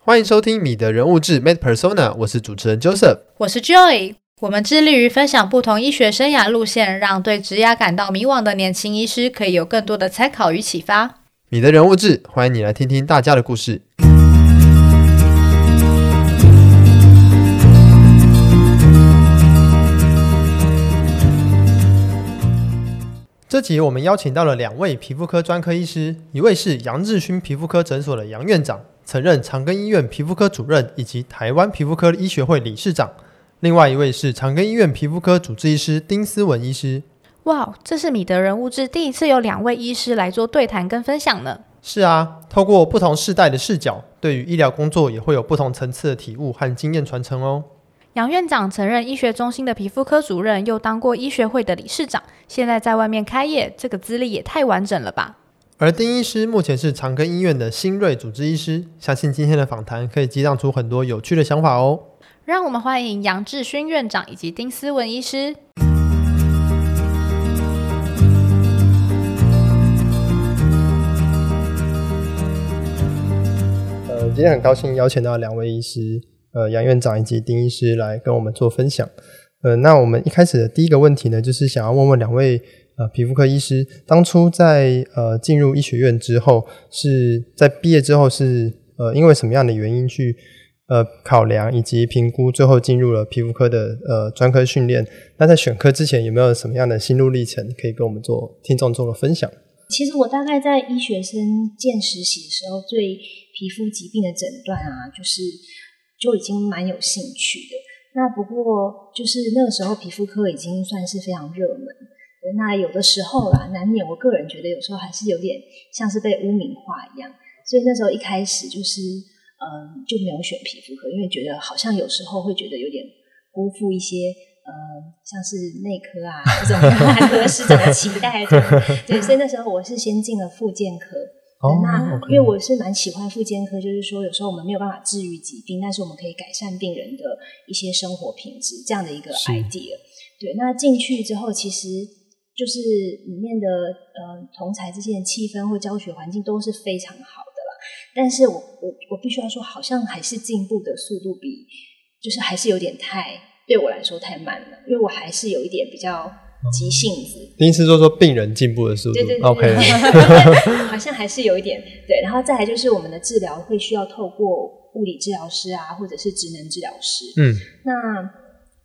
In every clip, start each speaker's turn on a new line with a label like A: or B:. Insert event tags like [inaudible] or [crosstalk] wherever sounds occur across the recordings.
A: 欢迎收听《你的人物志 Made Persona》，我是主持人 Joseph。
B: 我是 Joy，我们致力于分享不同医学生涯路线，让对职涯感到迷惘的年轻医师可以有更多的参考与启发。
A: 你的人物志，欢迎你来听听大家的故事。这集我们邀请到了两位皮肤科专科医师，一位是杨志勋皮肤科诊所的杨院长，曾任长庚医院皮肤科主任以及台湾皮肤科医学会理事长；另外一位是长庚医院皮肤科主治医师丁思文医师。
B: 哇，哦这是米德人物志第一次有两位医师来做对谈跟分享呢。
A: 是啊，透过不同世代的视角，对于医疗工作也会有不同层次的体悟和经验传承哦。
B: 杨院长曾任医学中心的皮肤科主任，又当过医学会的理事长，现在在外面开业，这个资历也太完整了吧！
A: 而丁医师目前是长庚医院的新锐主治医师，相信今天的访谈可以激荡出很多有趣的想法哦。
B: 让我们欢迎杨志勋院长以及丁思文医师。
A: 呃，今天很高兴邀请到两位医师，呃，杨院长以及丁医师来跟我们做分享。呃，那我们一开始的第一个问题呢，就是想要问问两位呃皮肤科医师，当初在呃进入医学院之后，是在毕业之后是呃因为什么样的原因去呃考量以及评估，最后进入了皮肤科的呃专科训练？那在选科之前有没有什么样的心路历程可以跟我们做听众做个分享？
C: 其实我大概在医学生见实习的时候，对皮肤疾病的诊断啊，就是就已经蛮有兴趣的。那不过就是那个时候皮肤科已经算是非常热门，那有的时候啦，难免我个人觉得有时候还是有点像是被污名化一样，所以那时候一开始就是嗯就没有选皮肤科，因为觉得好像有时候会觉得有点辜负一些呃，像是内科啊这种 [laughs] 外科师长的期待，啊这样对，所以那时候我是先进了复健科。
A: 哦
C: 那因为我是蛮喜欢复健科，就是说有时候我们没有办法治愈疾病，但是我们可以改善病人的一些生活品质这样的一个
A: 是
C: idea。对，那进去之后，其实就是里面的呃同才之间的气氛或教学环境都是非常好的啦。但是我我我必须要说，好像还是进步的速度比就是还是有点太对我来说太慢了，因为我还是有一点比较急性子。
A: 丁医师说说病人进步的速度
C: 对对对
A: o
C: [laughs]
A: k
C: 对好像还是有一点对。然后再来就是我们的治疗会需要透过物理治疗师啊，或者是职能治疗师。
A: 嗯，
C: 那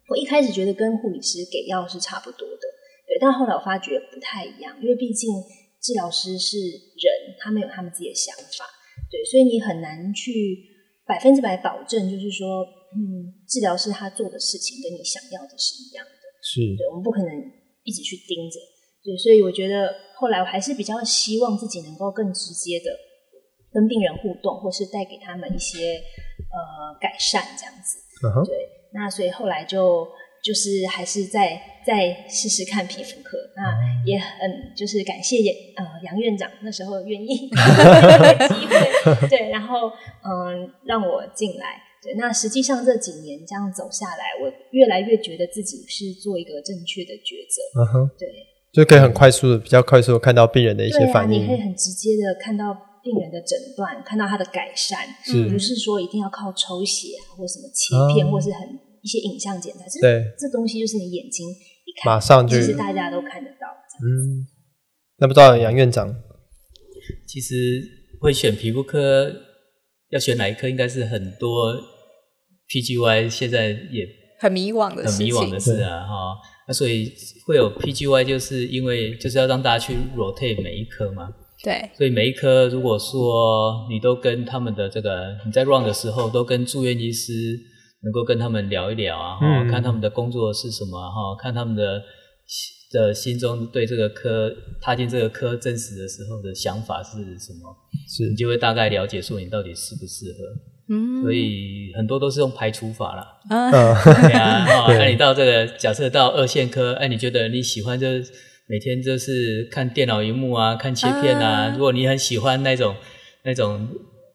C: 我一开始觉得跟护理师给药是差不多的，对，但后来我发觉不太一样，因为毕竟治疗师是人，他们有他们自己的想法，对，所以你很难去百分之百保证，就是说，嗯，治疗师他做的事情跟你想要的是一样的。
A: 是
C: 对，我们不可能一直去盯着。对，所以我觉得后来我还是比较希望自己能够更直接的跟病人互动，或是带给他们一些呃改善这样子。
A: 嗯哼，
C: 对，那所以后来就就是还是再再试试看皮肤科，那也很就是感谢呃杨院长那时候愿意 [laughs] 给我机会，对，然后嗯让我进来。对，那实际上这几年这样走下来，我越来越觉得自己是做一个正确的抉择。
A: 嗯哼，
C: 对，
A: 就可以很快速的、比较快速的看到病人的一些
C: 对啊，
A: 反
C: 你可以
A: 应，
C: 很直接的看到病人的诊断，看到他的改善，
A: 是
D: 嗯
B: 嗯
C: 不是说一定要靠抽血啊，或什么切片，
A: 哦
C: 或是很一些影像检查，这
A: 对
C: 这东西就是你眼睛一看，
A: 马上就
C: 其实大家都看得到。
A: 嗯。那不知道杨院长，
D: 其实会选皮肤科，要选哪一科，应该是很多 PGY 现在也
B: 很迷惘的
D: 很迷惘的事啊，哈、那所以会有 PGY，就是因为就是要让大家去 rotate 每一科嘛。
B: 对，
D: 所以每一科，如果说你都跟他们的这个你在 run 的时候，都跟住院医师能够跟他们聊一聊啊，哈、
A: 嗯
D: 看他们的工作是什么啊哈、看他们的心的心中对这个科踏进这个科真实的时候的想法是什么，
A: 是
D: [laughs] 你就会大概了解说你到底适不适合。
B: 嗯
D: 所以很多都是用排除
B: [laughs]
D: 法啦。
B: 啊
A: 嗯， [laughs]
D: 对啊，哦，
A: 对
D: 那你到这个假设到二线科，哎，你觉得你喜欢就每天就是看电脑荧幕啊，看切片啊。
B: 啊
D: 如果你很喜欢那种那种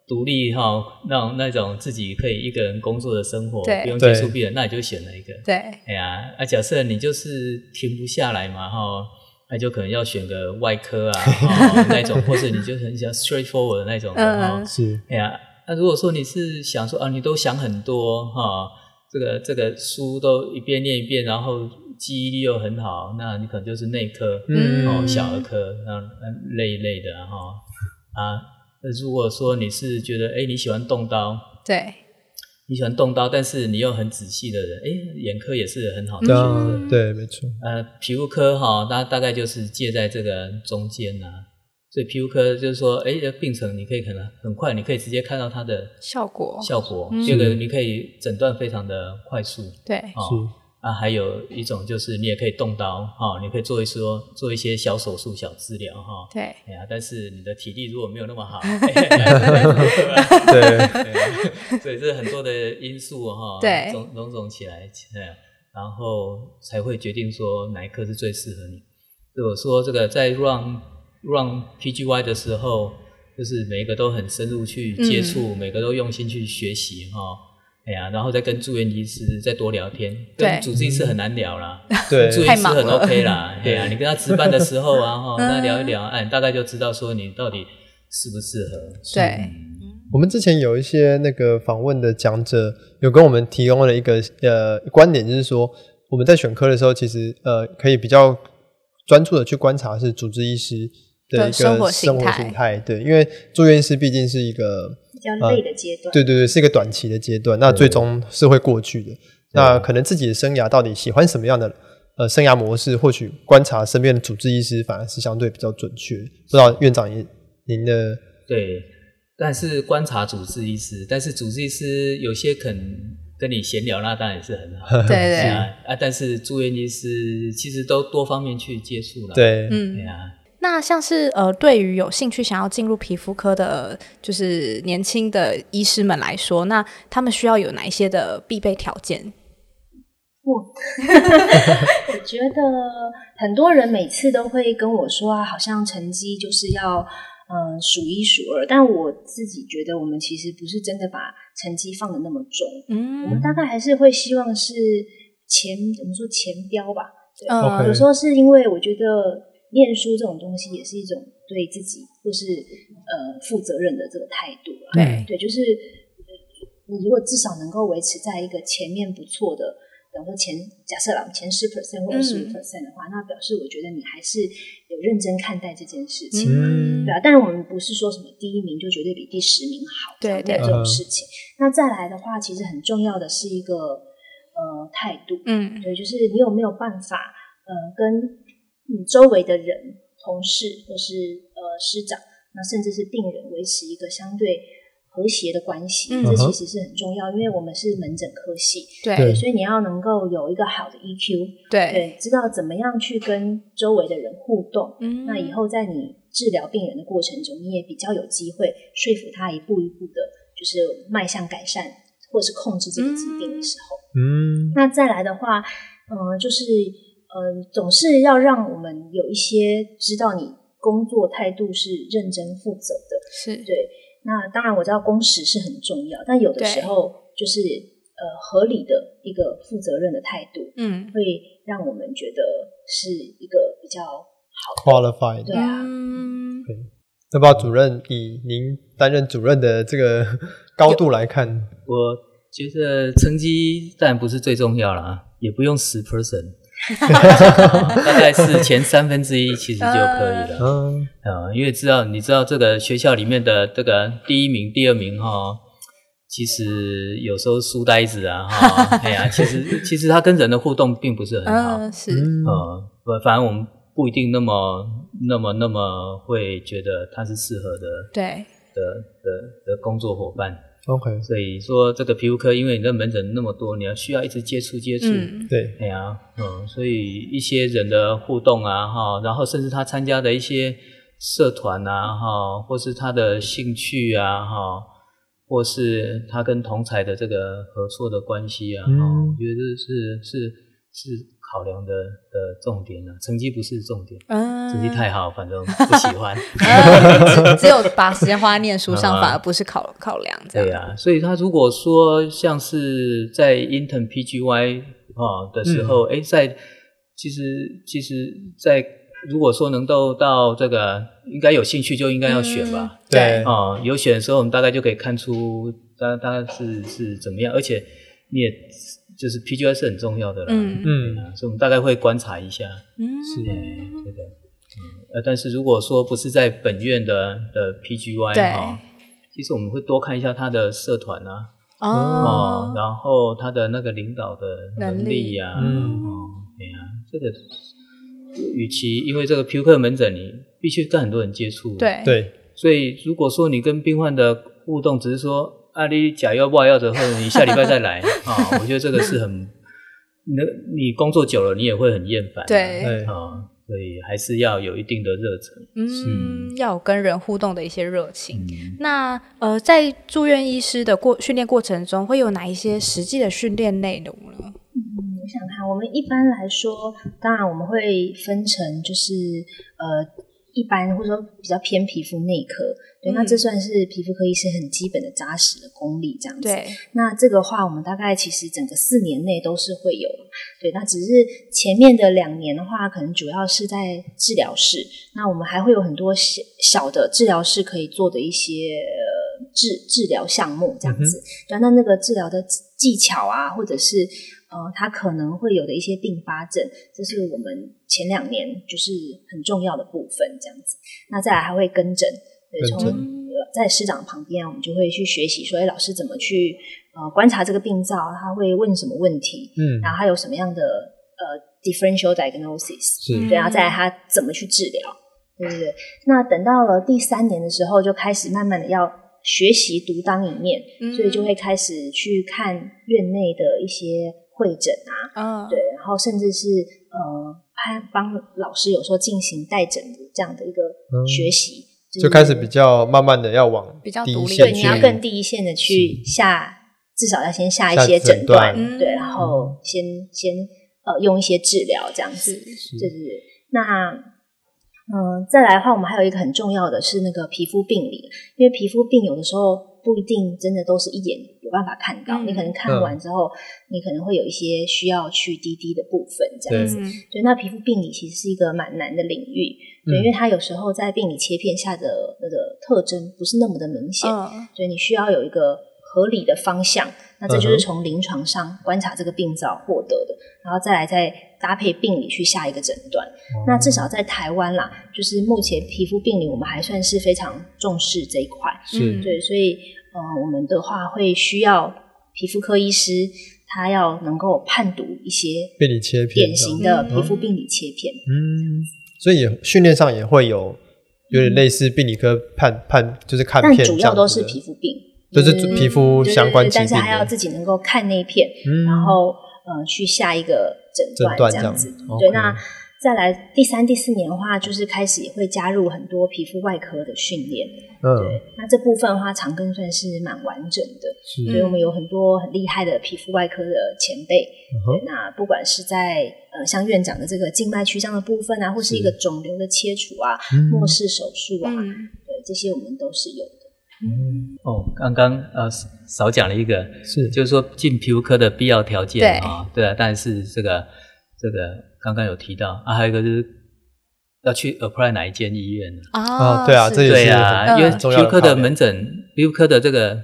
D: 独立哈、那种那种自己可以一个人工作的生活，
B: 对
D: 不用接触
A: 对
D: 病人，那你就选哪一个？
B: 对，
D: 哎呀，啊，假设你就是停不下来嘛，哈、那就可能要选个
B: [laughs]
D: 外科啊，哦、那种，或者你就很想 straightforward 的那种的，哈、
B: 嗯
A: 是
D: 哎呀，那如果说你是想说啊，你都想很多哈，这个这个书都一遍念一遍，然后记忆力又很好，那你可能就是内科，
B: 嗯
D: 哦，小儿科，那那类一类的哈啊。那如果说你是觉得哎你喜欢动刀，
B: 对，
D: 你喜欢动刀，但是你又很仔细的人，哎，眼科也是很好的
A: 对
D: 选
A: 啊
D: 择。
A: 对，没错，
D: 呃，皮肤科哈，那大概就是介在这个中间呐、所以皮肤科就是说，哎，这病程你可以可能很快，你可以直接看到它的
B: 效果
D: 效果
B: 嗯。
D: 第二个，你可以诊断非常的快速
B: 对，
D: 啊。
A: 是
D: 啊，还有一种就是你也可以动刀哈、你可以做一说做一些小手术、小治疗哈。
B: 对，
D: 哎呀，但是你的体力如果没有那么好， [laughs] 对
A: 对，
D: [laughs] 所以这很多的因素哈，
B: [laughs] 对
D: 种种种起来，哎，然后才会决定说哪一科是最适合你。如果说这个在 run run PGY 的时候，就是每一个都很深入去
B: 嗯
D: 接触，每个都用心去学习哈。哎呀，然后再跟住院医师再多聊天，
B: 对
D: 跟主治医师很难聊啦，
A: 对
D: 住院
B: 太
D: 医师
B: 忙
D: 很
B: 了
D: OK 啦。哎呀，
A: 嗯对
D: 你跟他值班的时候啊，哈，
B: [laughs] 嗯
D: 那聊一聊，哎，你大概就知道说你到底适不适合。
B: 对
D: 嗯
A: 我们之前有一些那个访问的讲者，有跟我们提供了一个呃观点，就是说我们在选科的时候，其实呃可以比较专注的去观察是主治医师的
B: 的
A: 一
B: 生活
A: 个
B: 形
A: 生
B: 态
A: 活形态，对，因为住院医师毕竟是一个
C: 比较累的阶段。
A: 啊对对对，是一个短期的阶段，那最终是会过去的。那可能自己的生涯到底喜欢什么样的呃生涯模式，或许观察身边的主治医师反而是相对比较准确。不知道院长您您的
D: 对，但是观察主治医师，但是主治医师有些肯跟你闲聊，那当然也是很好。
B: 对对
D: 啊啊，但是住院医师其实都多方面去接触了。，
A: [laughs] 对、
D: 对
B: 嗯，
D: 啊，
B: 那像是呃，对于有兴趣想要进入皮肤科的，就是年轻的医师们来说，那他们需要有哪一些的必备条件？
C: [laughs] 我觉得很多人每次都会跟我说啊，好像成绩就是要嗯数一数二，但我自己觉得我们其实不是真的把成绩放的那么重，我
B: 嗯
C: 们大概还是会希望是前我们说前标吧。
B: 嗯
A: OK
C: 啊有时候是因为我觉得念书这种东西也是一种对自己或是呃负责任的这个态度啊。
B: 对
C: 对，就是呃你如果至少能够维持在一个前面不错的，比方说前假设啦前十 percent 或者十五
B: 嗯
C: percent 的话，那表示我觉得你还是有认真看待这件事情。
A: 嗯
C: 对啊，但是我们不是说什么第一名就绝对比第十名好，
B: 对对
C: 这样没有这
A: 嗯
C: 种事情。那再来的话，其实很重要的是一个呃态度，
B: 嗯
C: 对，就是你有没有办法，呃，跟你周围的人、同事或是呃师长，那甚至是病人维持一个相对和谐的关系，
B: 嗯
C: 这
A: 嗯哼
C: 其实是很重要，因为我们是门诊科系，
A: 对
B: 对
C: 所以你要能够有一个好的 EQ，
B: 对，
C: 对，知道怎么样去跟周围的人互动，
B: 嗯
C: 那以后在你治疗病人的过程中，你也比较有机会说服他一步一步的，就是迈向改善或是控制这个疾病的时候。
A: 嗯
C: 那再来的话，嗯、就是嗯、总是要让我们有一些知道你工作态度是认真负责的。
B: 是
C: 对，那当然我知道工时是很重要，但有的
B: 对
C: 时候就是呃合理的一个负责任的态度，
B: 嗯
C: 会让我们觉得是一个比较
A: ，qualified。
C: 对啊。
B: 嗯
A: 那不知道主任以您担任主任的这个 [laughs] 高度来看，
D: 我觉得成绩当然不是最重要啦，也不用十 percent，大概是前三分之一其实就可以了。
A: 嗯，
D: 呃，因为知道你知道这个学校里面的这个第一名、第二名哈、其实有时候书呆子啊哈，
B: [laughs]
D: 哎呀，其实其实他跟人的互动并不是很好，
B: 嗯是
D: 呃，不反正我们不一定那么那么那么会觉得他是适合的
B: 对
D: 的的的工作伙伴。
A: ，OK，
D: 所以说这个皮肤科，因为你的门诊那么多，你要需要一直接触接触，
B: 嗯
A: 对，
D: 对啊，嗯，所以一些人的互动啊，哈，然后甚至他参加的一些社团啊，哈，或是他的兴趣啊，哈，或是他跟同才的这个合作的关系啊，哈、
A: 嗯
D: 我觉得是是是考量的的重点啊，成绩不是重点，
B: 嗯
D: 成绩太好，反正不喜欢。
B: 呃 [laughs] 只只有把时间花在念书上，
D: 啊
B: 反而不是考考量这
D: 对
B: 样。
D: 啊，所以他如果说像是在
B: 嗯
D: intern PGY 啊、的时候，哎、在其实其实，在如果说能够到这个，应该有兴趣就应啊该要选吧。
B: 嗯对，
D: 哦，有选的时候，我们大概就可以看出大大概是是怎么样，而且你也就是 PGI 是很重要的啦，
B: 嗯
A: 嗯
D: 啊所以我们大概会观察一下，
B: 嗯，
D: 哎，对的，嗯呃，但是如果说不是在本院的的 PGY
B: 对
D: 哈、其实我们会多看一下他的社团啊，
B: 哦，
D: 然后他的那个领导的能力呀、
A: 嗯
D: 哦，对呀、这个与其因为这个 p u c 门诊你必须跟很多人接触，。
B: 对，
A: 对，
D: 所以如果说你跟病患的互动只是说啊，你假药不药者，或者你下礼拜
B: [laughs]
D: 再来啊、我觉得这个是很，那你工作久了你也会很厌烦、啊，
B: 对
A: 对
D: 啊、，所以还是要有一定的热忱。
B: 嗯，要有跟人互动的一些热情。
D: 嗯，
B: 那呃，在住院医师的过训练过程中，会有哪一些实际的训练内容呢？
C: 嗯，我想看，我们一般来说，当然我们会分成就是呃，一般或者说比较偏皮肤内科，对，那
B: 嗯
C: 这算是皮肤科医师很基本的扎实的功力这样子。
B: 对，
C: 那这个话，我们大概其实整个四年内都是会有，对。那只是前面的两年的话，可能主要是在治疗室。那我们还会有很多小小的治疗室可以做的一些呃治治疗项目
A: 嗯
C: 这样子。对，那那个治疗的技巧啊，或者是呃，它可能会有的一些并发症，这是我们前两年就是很重要的部分这样子。那再来还会跟诊，对，
A: 跟
C: 从
A: 诊
C: 呃在师长旁边，我们就会去学习，说哎，老师怎么去呃观察这个病灶，他会问什么问题，
A: 嗯，
C: 然后他有什么样的呃 differential diagnosis，
A: 是
C: 对，然后再来他怎么去治疗，对对对。那等到了第三年的时候，就开始慢慢的要学习独当一面，
B: 嗯
C: 所以就会开始去看院内的一些会诊啊，
B: 嗯，
C: 对，然后甚至是呃，帮帮老师有时候进行带诊的这样的一个
A: 嗯
C: 学习，是
A: 就开始比较慢慢的要往
B: 比较
A: 第一
B: 独立
A: 线
C: 对，
A: 去
C: 你要更第一线的去下，至少要先下一
A: 下
C: 些
A: 诊
C: 诊断，
A: 断
B: 嗯
C: 对，然后先先呃用一些治疗这样子，对对对。那嗯、呃再来的话，我们还有一个很重要的是那个皮肤病理，因为皮肤病有的时候不一定真的都是一眼有办法看到，
B: 嗯
C: 你可能看完之后，你可能会有一些需要去滴滴的部分这样子。
B: 嗯
C: 对，那皮肤病理其实是一个蛮难的领域，对，
A: 嗯
C: 因为它有时候在病理切片下的那个特征不是那么的明显，
B: 嗯
C: 所以你需要有一个合理的方向。那这
A: 嗯
C: 就是
A: 哼
C: 从临床上观察这个病灶获得的，然后再来再搭配病理去下一个诊断。
A: 哦
C: 那至少在台湾啦，就是目前皮肤病理我们还算是非常重视这一块。
A: 是
B: 嗯
C: 对，所以呃，我们的话会需要皮肤科医师，他要能够判读一些
A: 被你切片这
C: 典
A: 样
C: 型的
B: 嗯
C: 皮肤病理切片。
A: 嗯，所以也训练上也会有有点类似病理科判判，就是看
C: 嗯但
A: 片这
C: 主要
A: 样
C: 都
A: 子
C: 是
A: 的
C: 皮肤病，
A: 就是
C: 嗯
A: 皮肤
C: 对对
A: 相关
C: 对
A: 疾
C: 但是
A: 病
C: 还要
A: 的
C: 自己能够看那一片，
A: 嗯
C: 然后呃去下一个诊
A: 诊断
C: 这
A: 这样
C: 样子。
A: OK
C: 对，那再来第三、第四年的话，就是开始也会加入很多皮肤外科的训练。
A: 嗯
C: 那这部分的话，长庚算是蛮完整的，
A: 是
C: 所以我们有很多很厉害的皮肤外科的前辈。
A: 嗯哼
C: 那不管是在呃像院长的这个静脉曲张的部分啊，或是一个肿瘤的切除啊、
A: 嗯
C: 末视手术啊，
B: 嗯
C: 对这些我们都是有的。
D: 哦，刚刚呃少少讲了一个，
A: 是
D: 就是说进皮肤科的必要条件
B: 对
D: 啊、对啊，但是这个这个刚刚有提到啊，还有一个就是要去 apply 哪一间医院呢？
A: 啊对啊
B: 是
A: 这也
D: 对
A: 是
D: 啊，
B: 很
D: 因为
A: 重
D: 皮
A: 要的
D: 肤
A: 考
D: 科的
A: 量
D: 门诊，皮肤科的这个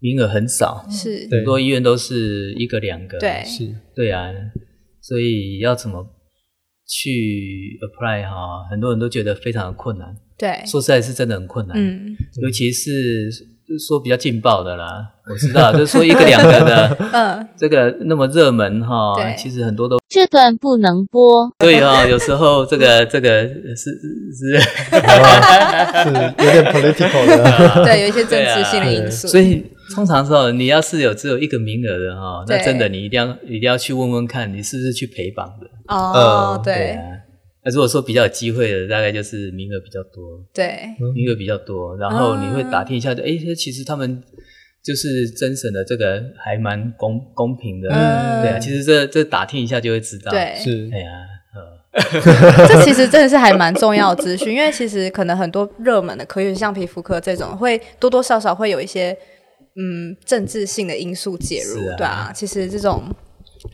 D: 名额很少，
B: 是
A: 对
D: 很多医院都是一个两个，
B: 嗯对
A: 是
D: 对啊，所以要怎么去 apply 哈、很多人都觉得非常的困难，
B: 对，
D: 说实在是真的很困难，
B: 嗯
D: 尤其是说比较劲爆的啦，我知道，就是说一个两个的
B: 嗯，
D: 这个那么热门哈、
B: 对
D: 其实很多都
E: 这段不能播。
D: 对哈、有时候这个这个是是。是
A: 是有
D: [laughs]
A: 点 political 的，
B: 对，有一些政
D: 对啊
B: 治性的因素，
D: 所以通常时候，你要是有只有一个名额的哈，那
B: 对
D: 真的你一定要一定要去问问看，你是不是去陪绑的？
B: 哦
A: 嗯，
B: 对
D: 啊。那如果说比较有机会的，大概就是名额比较多，
B: 对，
D: 名额比较多，然后你
B: 啊
D: 会打听一下，哎、诶其实他们就是甄审的这个还蛮公公平的，
B: 嗯
D: 对啊，其实这这打听一下就会知道，，
B: 对，
A: 啊是
D: 哎呀、
B: [laughs] 这其实真的是还蛮重要的资讯，因为其实可能很多热门的科，尤其像皮肤科这种，会多多少少会有一些嗯政治性的因素介入，
D: 是啊
B: 对啊。其实这种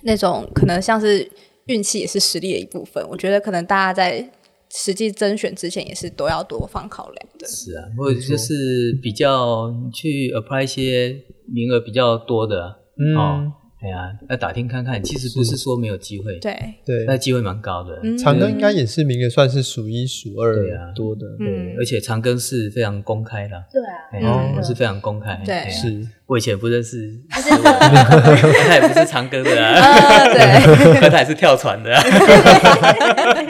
B: 那种可能像是运气也是实力的一部分，我觉得可能大家在实际甄选之前也是都要多方考量的。
D: 是啊，或者就是比较去 apply 一些名额比较多的啊，
A: 嗯，
D: 哦哎呀，要打听看看，其实不是说没有机会，，
B: 对，
A: 对，
D: 那机会蛮高的，
B: 嗯
A: 长庚应该也是名额算是数一数
D: 对啊
A: 二多的，
B: 嗯
D: 而且长庚是非常公开的，
C: 对啊，
D: 哎
A: 哦
D: 我是非常公开，
B: 对
D: 哎呀
A: 是
D: 我以前不认识思文， [laughs] 他也不是长庚的
B: [laughs]
D: 啊，
B: 啊，对，
D: [laughs] 他也是跳船的啊，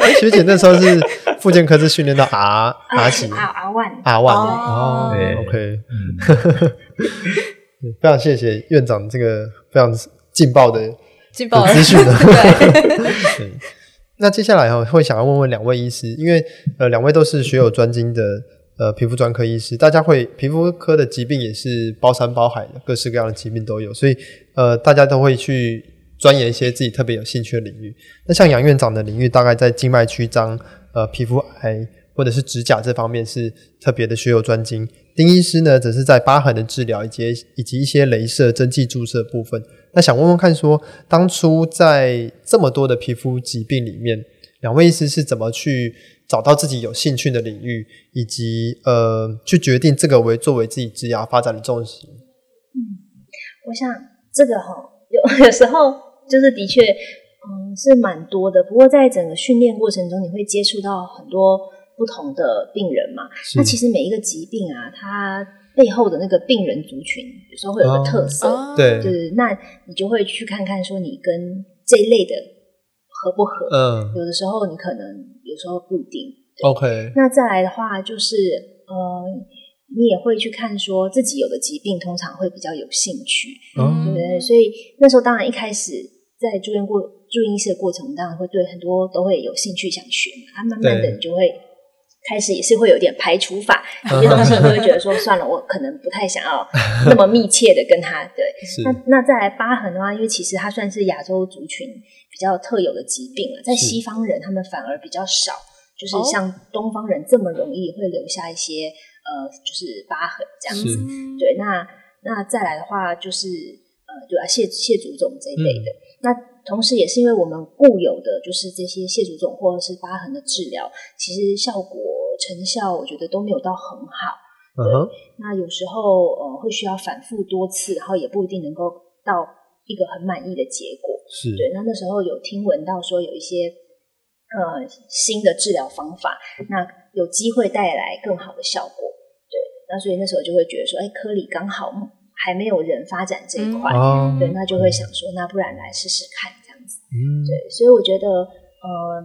A: 哎，学姐那时候是复健科是训练到 R R 级
C: 啊啊万，
A: R 万
B: 哦
D: [laughs] 对
A: ，OK， [laughs]
D: 嗯
A: 非常谢谢院长这个非常劲爆的
B: 劲爆了
A: 有资讯的
B: [laughs] 对，
A: [laughs] 那接下来哈、会想要问问两位医师，因为呃两位都是学有专精的呃皮肤专科医师，大家会皮肤科的疾病也是包山包海的，各式各样的疾病都有，所以呃大家都会去钻研一些自己特别有兴趣的领域。那像杨院长的领域，大概在静脉曲张、呃皮肤癌或者是指甲这方面是特别的学有专精。丁医师呢，则是在疤痕的治疗以及以及一些镭射、针剂注射部分。那想问问看说，当初在这么多的皮肤疾病里面，两位医师是怎么去找到自己有兴趣的领域，以及呃，去决定这个为作为自己职涯发展的重心？
C: 我想这个哈、有 [laughs] 有时候就是的确，嗯，是蛮多的。不过在整个训练过程中，你会接触到很多不同的病人嘛。那其
A: 实
C: 实每一个疾病啊，它背后的那个病人族群，有时候会有
A: 哦
C: 个特色，
B: 哦
A: 对
C: 就是那你就会去看看说你跟这一类的合不合。
A: 嗯
C: 有的时候你可能，有时候不一定。
A: ，OK，
C: 那再来的话，就是呃，你也会去看说自己有的疾病，通常会比较有兴趣。
A: 嗯
C: 对不对？所以那时候当然一开始在住院过住院医师的过程，当然会对很多都会有兴趣想学嘛。啊，慢慢的
A: 对
C: 你就会开始也是会有点排
A: [laughs]
C: 除法，因为那时候你就会觉得说，算了，我可能不太想要那么密切的跟他对。
A: 是
C: 那那再来疤痕的话，因为其实它算是亚洲族群比较特有的疾病了，在
A: 是
C: 西方人他们反而比较少，就是
B: 哦
C: 像东方人这么容易会留下一些呃，就是疤痕这样
A: 是
C: 子。对，那那再来的话就是呃，对啊，蟹蟹足肿这一类的。那同时也是因为我们固有的就是这些蟹足肿或者是疤痕的治疗，其实效果成效我觉得都没有到很好。
A: 嗯哼，
C: 那有时候呃会需要反复多次，然后也不一定能够到一个很满意的结果。
A: 是
C: 对，那那时候有听闻到说有一些呃新的治疗方法，那有机会带来更好的效果。对，那所以那时候就会觉得说，哎，科里刚好还没有人发展这一
B: 嗯
C: 块，
A: 哦
C: 对，那就会想说，那不然来试试看这样子。
A: 嗯，
C: 对，所以我觉得呃，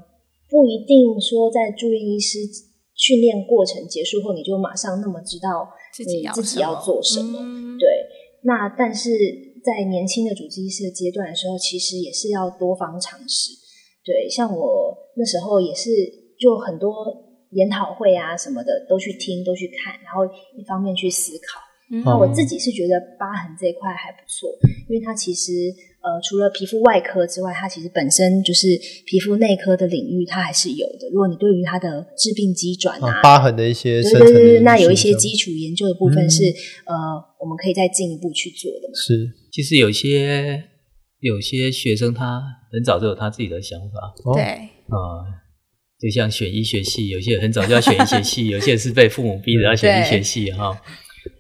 C: 不一定说在住院医师训练过程结束后，你就马上那么知道
B: 自己
C: 你
B: 要
C: 自己要做什么。
B: 嗯
C: 对，那但是在年轻的主治医师的阶段的时候，其实也是要多方尝试。对，像我那时候也是，就很多研讨会啊什么的都去听，都去看，然后一方面去思考。
B: 嗯
C: 那
A: 哦
C: 我自己是觉得疤痕这一块还不错，因为它其实呃除了皮肤外科之外，它其实本身就是皮肤内科的领域，它还是有的。如果你对于它的致病机转啊
A: 啊，疤痕的一些
C: 对
A: 深
C: 对
A: 层的
C: 对对，那
A: 因素
C: 有一些
A: 这样
C: 基础研究的部分是、
A: 嗯
C: 呃，我们可以再进一步去做的嘛。
A: 是
D: 其实有些有些学生他很早就有他自己的想法
A: 哦
B: 对，
D: 啊、就像选医学系，有些人很早就要选医学系，有些人是被父母逼着要选医学系哈。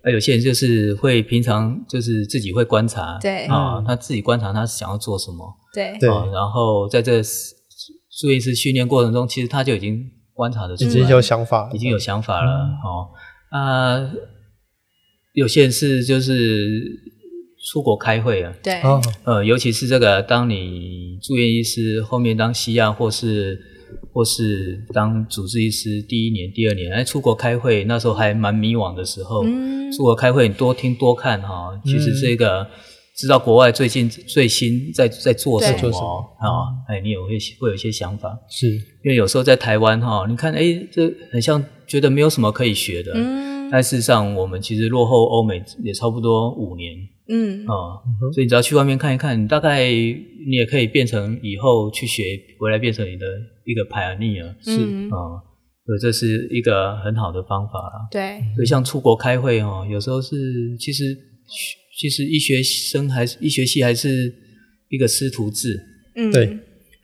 D: 那有些人就是会平常就是自己会观察，
B: 对
D: 啊、
A: 嗯
D: 他自己观察他想要做什么，
B: 对，
A: 对
C: 嗯
D: 啊然后在这住院师训练过程中，其实他就已经观察的
A: 已经有想法嗯了，
D: 已经有想法了、哦。啊，有些人是就是出国开会啊，
C: 嗯
B: 对，
A: 哦，
D: 呃，尤其是这个，当你住院医师后面当西亚或是或是当主治医师第一年、第二年，哎，出国开会那时候还蛮迷惘的时候，
B: 嗯
D: 出国开会你多听多看哈、其实
A: 嗯
D: 这个。知道国外最近最新在在做
B: 对
D: 什
A: 做
D: 么
A: 什么
D: 啊、哎，你也会会有一些想法。
A: 是
C: 嗯
D: 因为有时候在台湾哈、你看哎，这很像觉得没有什么可以学的，
B: 嗯
D: 但事实上我们其实落后欧美也差不多五年
B: 嗯
A: 哦
D: 啊、
A: 哼
D: 所以你只要去外面看一看，你大概你也可以变成以后去学回来变成你的一个 pioneer 啊、
B: 嗯，
D: 所以这是一个很好的方法啦。
B: 对，
D: 所以像出国开会哦，有时候是其实其实医学生还是医学系还是一个师徒制，
B: 嗯
A: 对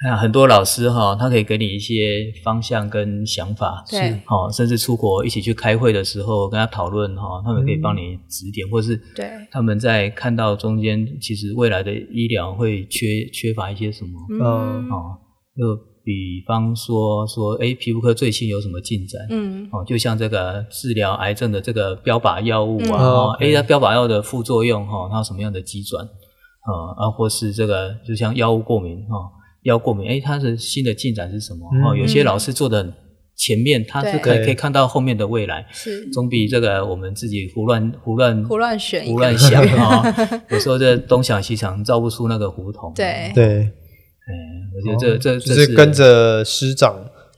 D: 那很多老师哈、他可以给你一些方向跟想法，
B: 对
D: 好、甚至出国一起去开会的时候跟他讨论哈、他们可以帮你指点，或是
B: 对
D: 他们在看到中间其实未来的医疗会缺缺乏一些什么，
A: 嗯
D: 哦，就比方说说，哎，皮肤科最新有什么进展？
B: 嗯
D: 哦，就像这个治疗癌症的这个标靶药物
B: 嗯
D: 啊，哦，哎、
A: OK
D: 它标靶药的副作用哈、哦，它有什么样的机转？啊、啊，或是这个就像药物过敏哈、哦，药过敏，哎，它的新的进展是什么？哦，
A: 嗯
D: 有些老师做的很前面，他是
B: 对
D: 可以
A: 对
D: 可以看到后面的未来，
B: 是
D: 总比这个我们自己胡乱胡乱
B: 胡乱选一个
D: 胡
B: [laughs]
D: 乱想啊、有时候这东想西想，照不出那个胡同。
B: 对
A: 对，
D: 哎，我觉得这、这
A: 哦就
D: 这
A: 是跟着师长，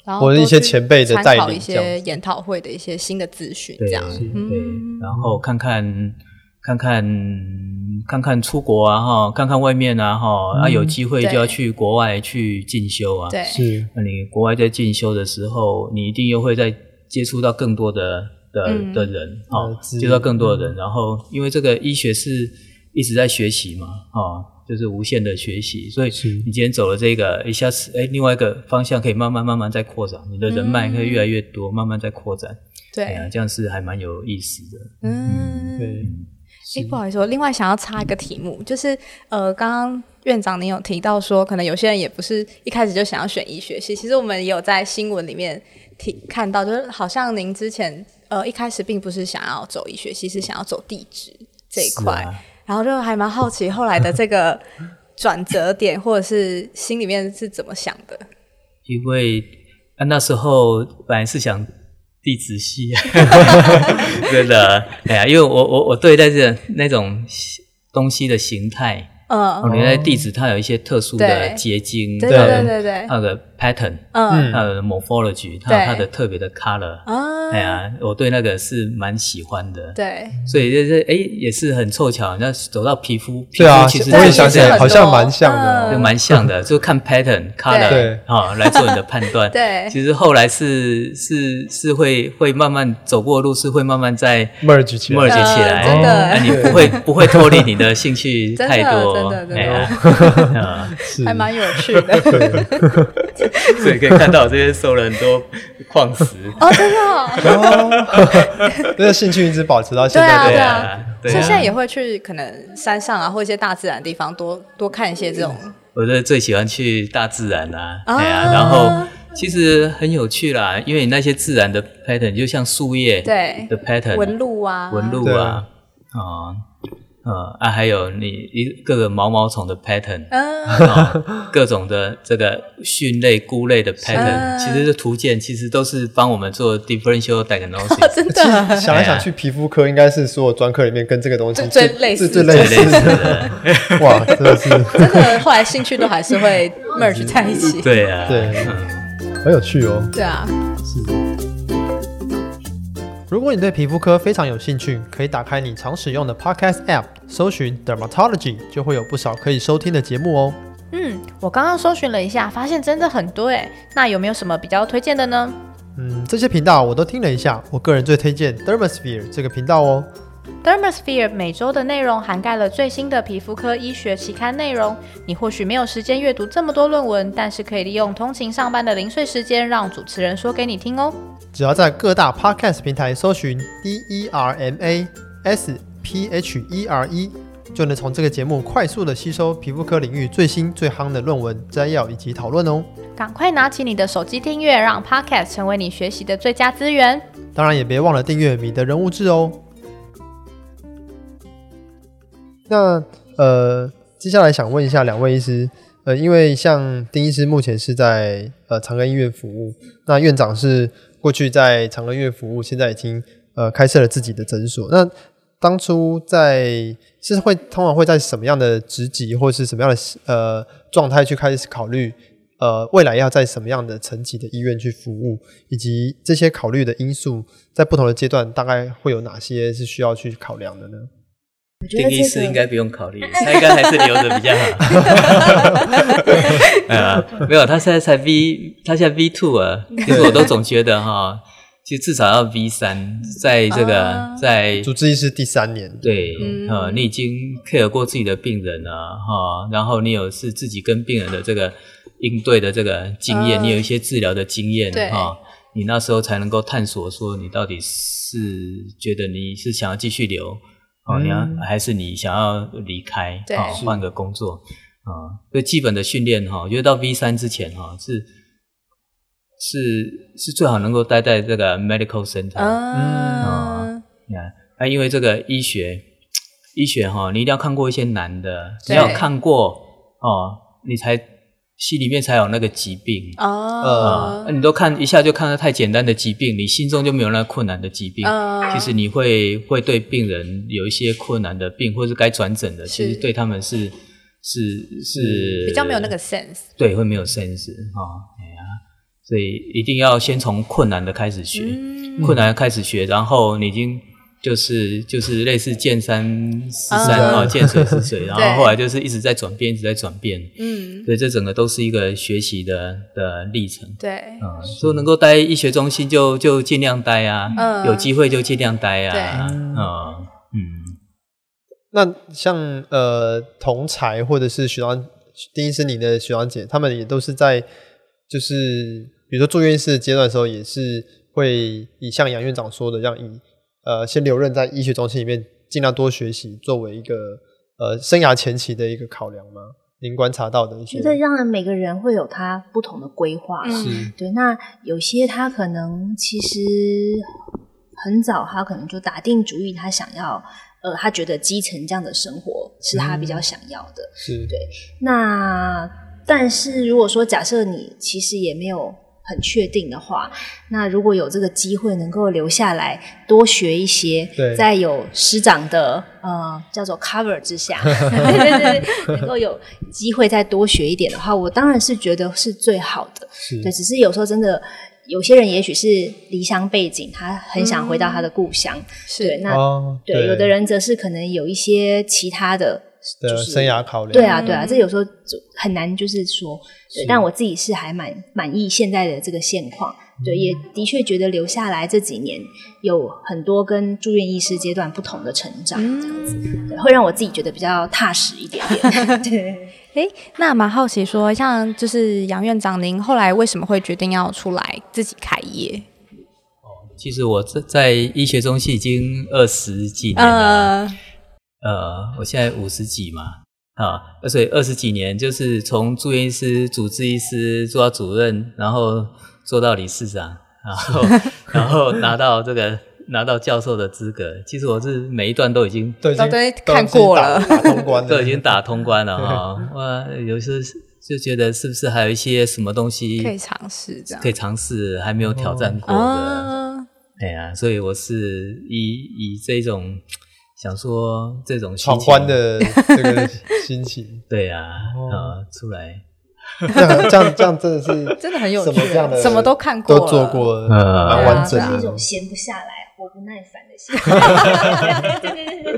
B: 然后
A: 或者一
B: 多
A: 些
B: 去
A: 前辈的
B: 参
A: 带
B: 考
A: 领
B: 一
A: 这样
B: 些研讨会的一些新的资讯，
D: 对
B: 这样
D: 是对
B: 嗯，
D: 然后看看看看看看出国啊哈，看看外面啊哈，啊有机会就要
B: 嗯对
D: 去国外去进修啊。
B: 对，
A: 是
D: 那你国外在进修的时候，你一定又会在接触到更多的的、
B: 嗯
D: 的人啊，
A: 呃
D: 哦
A: 资
D: 接触到更多的人。然后，因为这个医学是一直在学习嘛，哦，就是无限的学习，所以
A: 是
D: 你今天走了这个，一下子哎，另外一个方向可以慢慢慢慢再扩展，你的人脉可以越来越多，慢慢再扩展。哎呀，
B: 对，
D: 这样是还蛮有意思的。
B: 嗯。
A: 对，
B: 哎，不好意思，我另外想要插一个题目，就是呃，刚刚院长您有提到说，可能有些人也不是一开始就想要选医学系，其实我们也有在新闻里面提看到，就是好像您之前呃一开始并不是想要走医学系，是想要走地质这一块，
D: 是啊
B: 然后就还蛮好奇后来的这个转折点，或者是心里面是怎么想的？
D: 因为、啊、那时候本来是想地
B: [laughs]
D: 质系，真的，哎呀，因为我我我对待这那种东西的形态，
B: 嗯，
D: 哦，你在地质它有一些特殊的
B: 对
D: 结晶，
B: 对
D: 它有
B: 对对对对
D: 它有个 pattern，
B: 嗯
A: 嗯
D: 它有个 morphology，它有它
B: 对
D: 的特别的 color，
B: 啊，
D: 哎呀，我对那个是蛮喜欢的，
B: 对，
D: 所以就是哎，也是很凑巧，那走到皮肤，皮
A: 对啊，
D: 肤其实
A: 我也
D: 是
A: 想起来，
B: 很
A: 好像
B: 多
A: 蛮像
B: 嗯
A: 的
D: 就
A: 哦，
D: 蛮像的，就看 pattern color
A: 对
D: 啊、来做你的判
B: [laughs]
D: 断。
B: 对
D: 其实后来是是是会会慢慢走过的路，是会慢慢在
A: merge 起来
D: merge 起来，
B: 呃真的
D: 哎你
B: [laughs]
D: 不会不会脱离你的兴趣
B: 真的
D: 太多，
B: 真的真的
D: 哎呀 [laughs] 啊
A: 是
B: 还蛮有趣的
A: 对，
D: 所以可以看到我这边收了很多矿石，
B: 哦，真的哦、
A: 哦
B: [laughs]
A: 这个兴趣一直保持到现
B: 对啊
A: 在
D: 对
A: 都。
D: 啊，对
B: 所以现在
D: 啊。
B: 也会去可能山上啊，或一些大自然的地方多多看一些这种，
D: 我就最喜欢去大自然啦、
B: 啊
D: 哎呀、然后其实很有趣啦，因为你那些自然的 pattern 就像树叶
B: 对
D: 的 pattern
B: 纹路啊，
D: 纹路啊，啊、呃啊，还有你一各个毛毛虫的 pattern，、
C: [laughs]
B: 嗯， [laughs]
D: 啊，各种的这个蕈类、菇类的 pattern，、
B: 嗯
D: 其实这图鉴其实都是帮我们做 differential
C: [laughs]
D: diagnosis，、
B: 真的，
A: 想来想去，皮肤科应该是所有专科里面跟这个东西
B: 最最类似
A: 最
B: 的
A: 类
D: 类
A: 似
D: 似
A: 的。
D: 的，
A: [laughs] 哇，真的是
B: 真的后来兴趣都还是会 merge 在一起，
D: 对啊，
A: 对
D: 嗯
A: 很有趣哦。
B: 对啊，
A: 如果你对皮肤科非常有兴趣，可以打开你常使用的 Podcast App，搜寻 Dermatology，就会有不少可以收听的节目哦。
F: 嗯，我刚刚搜寻了一下，发现真的很多哎。那有没有什么比较推荐的呢？
A: 嗯，这些频道我都听了一下，我个人最推荐 Dermosphere 这个频道哦。
F: Dermosphere 每周的内容涵盖了最新的皮肤科医学期刊内容。你或许没有时间阅读这么多论文，但是可以利用通勤上班的零碎时间，让主持人说给你听哦。
A: 只要在各大 Podcast 平台搜寻 D E R M A S P H E R E，就能从这个节目快速的吸收皮肤科领域最新最夯的论文摘要以及讨论哦。
F: 赶快拿起你的手机订阅，让 Podcast 成为你学习的最佳资源。
A: 当然也别忘了订阅米的人物志哦。那呃，接下来想问一下两位医师，呃，因为像丁医师目前是在呃长庚医院服务，那院长是过去在长庚医院服务，现在已经呃开设了自己的诊所。那当初在是会通常会在什么样的职级或是什么样的呃状态去开始考虑呃未来要在什么样的层级的医院去服务，以及这些考虑的因素在不同的阶段大概会有哪些是需要去考量的呢？
C: 我觉
D: 定
C: 得
D: 义师
C: 这
D: 应
C: 个
D: 该不用考虑，他应该还是留着比较好。 [laughs] 呃，没有，他现在才 V，他现在 V two 啊，其实我都总觉得哈，其实至少要 V 三，在这个
C: 哦
B: 啊
D: 在
A: 主治医师第三年，
D: 对，
B: 嗯
D: 呃，啊你已经 care 过自己的病人了哈、然后你有是自己跟病人的这个应对的这个经验，
B: 嗯
D: 你有一些治疗的经验
B: 对
D: 啊、你那时候才能够探索说你到底是觉得你是想要继续留哦，
A: 嗯
D: 你要还是你想要离开
B: 对
D: 啊、
B: 是
D: 换个工作啊、所以基本的训练哈、我觉得到 V 三之前哈、是是是最好能够待在这个 medical center，、
B: 嗯
D: 嗯，你看，那因为这个医学，医学哈、你一定要看过一些难的，只
B: 对
D: 要看过哦，你才心里面才有那个疾病啊、
B: 哦
D: 那，你都看一下就看到太简单的疾病，你心中就没有那困难的疾病。
B: 嗯
D: 其实你会会对病人有一些困难的病，或是该转诊的，
B: 是嗯
D: 其实对他们是是是
B: 比较没有那个 sense，
D: 对，会没有 sense 哦，哎呀，所以一定要先从困难的开始学。
B: 嗯
D: 困难开始学，然后你已经就是就是类似见山是山
A: 嗯
D: 哦，见水是
B: [laughs]
D: 水，然
B: 对
D: 后后来就是一直在转变，一直在转变，
B: 嗯，
D: 所以这整个都是一个学习的的历程。
B: 对，
D: 啊、所以能够待医学中心就就尽量待啊，
B: 嗯
D: 有机会就尽量待啊，
A: 对
D: 嗯嗯，
A: 那像呃同才或者是学长，第一是你的学长姐，他们也都是在就是比如说住院医师的阶段的时候，也是会以像杨院长说的，让以呃先留任在医学中心里面，尽量多学习，作为一个呃生涯前期的一个考量吗？您观察到的一些
C: 觉，得当然每个人会有他不同的规划啦，
B: 嗯
C: 对，那有些他可能其实很早，他可能就打定主意，他想要，呃，他觉得基层这样的生活是他比
A: 嗯
C: 较想要的。
A: 是
C: 对那但是如果说假设你其实也没有很确定的话，那如果有这个机会能够留下来多学一些
A: 对，
C: 在有师长的呃叫做 cover 之下， [laughs] 对对对对，能够有机会再多学一点的话，我当然是觉得是最好的。
A: 是
C: 对，只是有时候真的，有些人也许是离乡背景，他很想回到他的故乡。
B: 是，
C: 对，那、
A: 嗯哦，
C: 对有的人则是可能有一些其他的，
A: 的
C: 就是
A: 生涯考量，
C: 对啊，对啊，
B: 嗯
C: 这有时候就很难就是说，对
A: 是
C: 但我自己是还蛮满意现在的这个现况。对，也的确觉得留下来这几年有很多跟住院医师阶段不同的成长，
B: 嗯，
C: 对会让我自己觉得比较踏实一点
B: [laughs]
C: 点。对。
B: 诶，那蛮好奇说，像就是杨院长，您后来为什么会决定要出来自己开业？
D: 其实我在在医学中心已经二十几年了。
B: 呃，
D: 呃，我现在五十几嘛，啊，所以二十几年就是从住院医师、主治医师做到主任，然后做到理事长，然
B: [laughs]
D: 后然后拿到这个拿到教授的资格。其实我是每一段都已经
A: 都已经
B: 啊都已经
A: 都已
B: 看
A: 经
B: 过
A: 打
B: 了
A: 打通关了，
D: 都已经打通关
B: [laughs]
D: 了哈、哇，有时候就觉得是不是还有一些什么东西
B: 可以尝试啊这样
D: 可以尝试还没有挑战过的？
B: 啊，
D: 哎呀，所以我是以以这种想说这种
A: 闯
D: 心情
A: 关的这个心情。
D: 对呀、啊，
A: 哦
D: 呃，出来，
A: [laughs] 这样这样这样真的是
B: [laughs]
A: 嗯
B: 真的很有
A: 什么
B: 趣
A: 这样的
B: 什么都看过了啊
A: 都做过了，
D: 呃
A: 蛮完整
C: 就是一
A: 的
C: 种。闲不下来、活不耐烦的心态。对对对对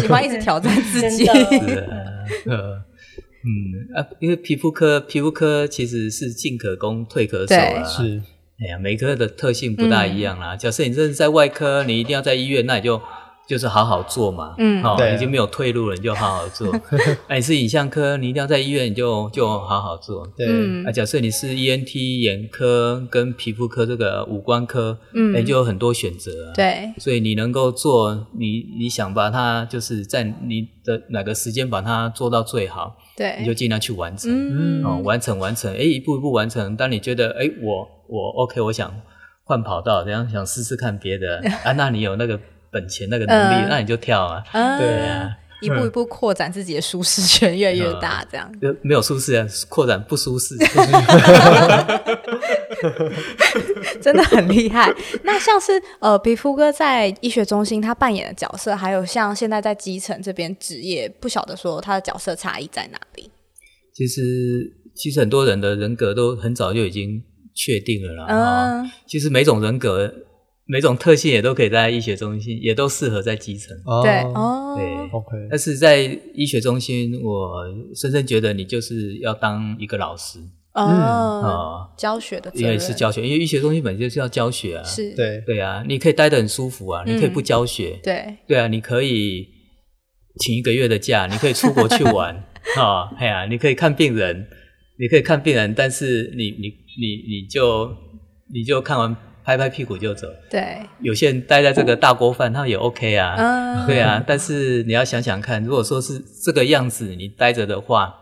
B: [laughs] 喜欢一直挑战自己
C: 真的
D: 是啊呃， [laughs] 嗯啊，因为皮肤科，皮肤科其实是进可攻，退可守
B: 对嗯
D: 啊。，
A: 是
D: 哎呀，每科的特性不大一样啦。假设你真的在外科，你一定要在医院，那你就就是好好做嘛。
B: 嗯
D: 哦
A: 对，啊
D: 已经没有退路了，你就好
B: [laughs]
D: 好做。哎，你是影像科，你一定要在医院，你就就好好做。
A: 对，
B: [laughs] 嗯
D: 啊，，假设你是 ENT 眼科跟皮肤科这个五官科，
B: 嗯
D: 哎你就有很多选择、啊。。
B: 对，
D: 所以你能够做，你你想把它就是在你的哪个时间把它做到最好，
B: 对，
D: 你就尽量去完成，
B: 哎嗯，
D: 哦，完成完成，哎，一步一步完成。当你觉得哎，我我 OK，我想换跑道，然后想试试看
B: [laughs]
D: 别的啊，那你有那个本钱那个能力，
B: 嗯
D: 那你就跳啊。
B: 啊
A: 对
D: 啊，
B: 一步一步扩展自己的舒适圈，越来越
D: 嗯
B: 大，这样。
D: 呃没有舒适啊，扩展不舒适。
B: [laughs] 真的很厉害。那像是呃，皮肤科在医学中心他扮演的角色，还有像现在在基层这边职业，不晓得说他的角色差异在哪里。
D: 其实其实很多人的人格都很早就已经确定了啦。哈
B: 嗯
D: 其实每种人格、每种特性也都可以在医学中心，也都适合在基层。
A: 哦
B: 对哦，
D: 对，
A: ，OK，
D: 但是在医学中心，我深深觉得你就是要当一个老师啊、
B: 哦，教学的责
D: 因为
B: 任
D: 是教学，因为医学中心本身就是要教学啊。，
B: 是，
A: 对，
D: 对啊，你可以待得很舒服啊，
B: 嗯
D: 你可以不教学，
B: 对
D: 对啊，你可以
B: [laughs]
D: 哦请一个月的假，你可以出国去玩啊，哎呀、你可以看病人你可以看病人，但是你你你你就你就看完拍拍屁股就走。
B: 对，
D: 有些人待在这个大锅饭，他也 OK 啊，
B: 嗯
D: [laughs] 对啊。但是你要想想看，如果说是这个样子你待着的话，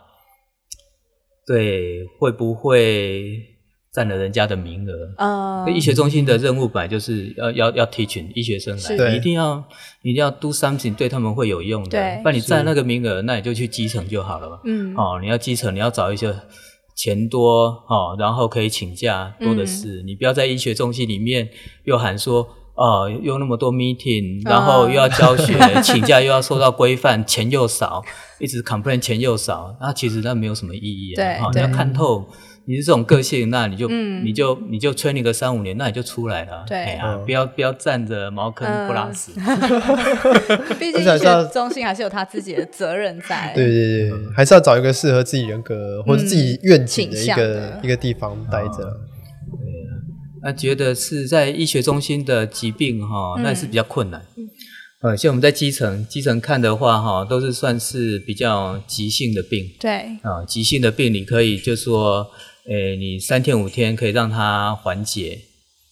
D: 对，会不会占了人家的名额？
B: 呃，
D: 医学中心的任务本来就是要要要提群医学生
B: 是
D: 来，
A: 对
D: 你一定要你一定要 do something 对他们会有用的
B: 对，
D: 不然你占
A: 是
D: 那个名额，那你就去基层就好了嘛。
B: 嗯，
D: 哦，你要基层，你要找一些钱多哦，然后可以请假多的
B: 嗯
D: 是，你不要在医学中心里面又喊说。哦，又那么多 meeting，然后又要
B: 哦 [laughs]
D: 教学，请假又要受到规范，钱又少，一直 complain 钱又少，那其实那没有什么意义
B: 对
D: 啊。哦，你
B: 对
D: 要看透你是这种个性，那你就、
B: 嗯
D: 你就你就吹你个三五年，那你就出来了。
B: 对
D: 哎呀
A: 嗯
D: 不要不要站着茅坑不拉
B: 嗯
D: 屎。 [laughs]
B: 毕竟
A: 而
B: 医
A: 且要
B: 学中心还是有他自己的责任在。
A: 对对对，还是要找一个适合自己人格或者自己愿景的一
B: 嗯倾向
A: 个
B: 的
A: 一个地方待着。
D: 那觉得是在医学中心的疾病哈、
B: 嗯
D: 那是比较困难。呃，像我们在基层基层看的话哈、都是算是比较急性的病
B: 对，
D: 啊、急性的病你可以就说，诶，你三天五天可以让它缓解，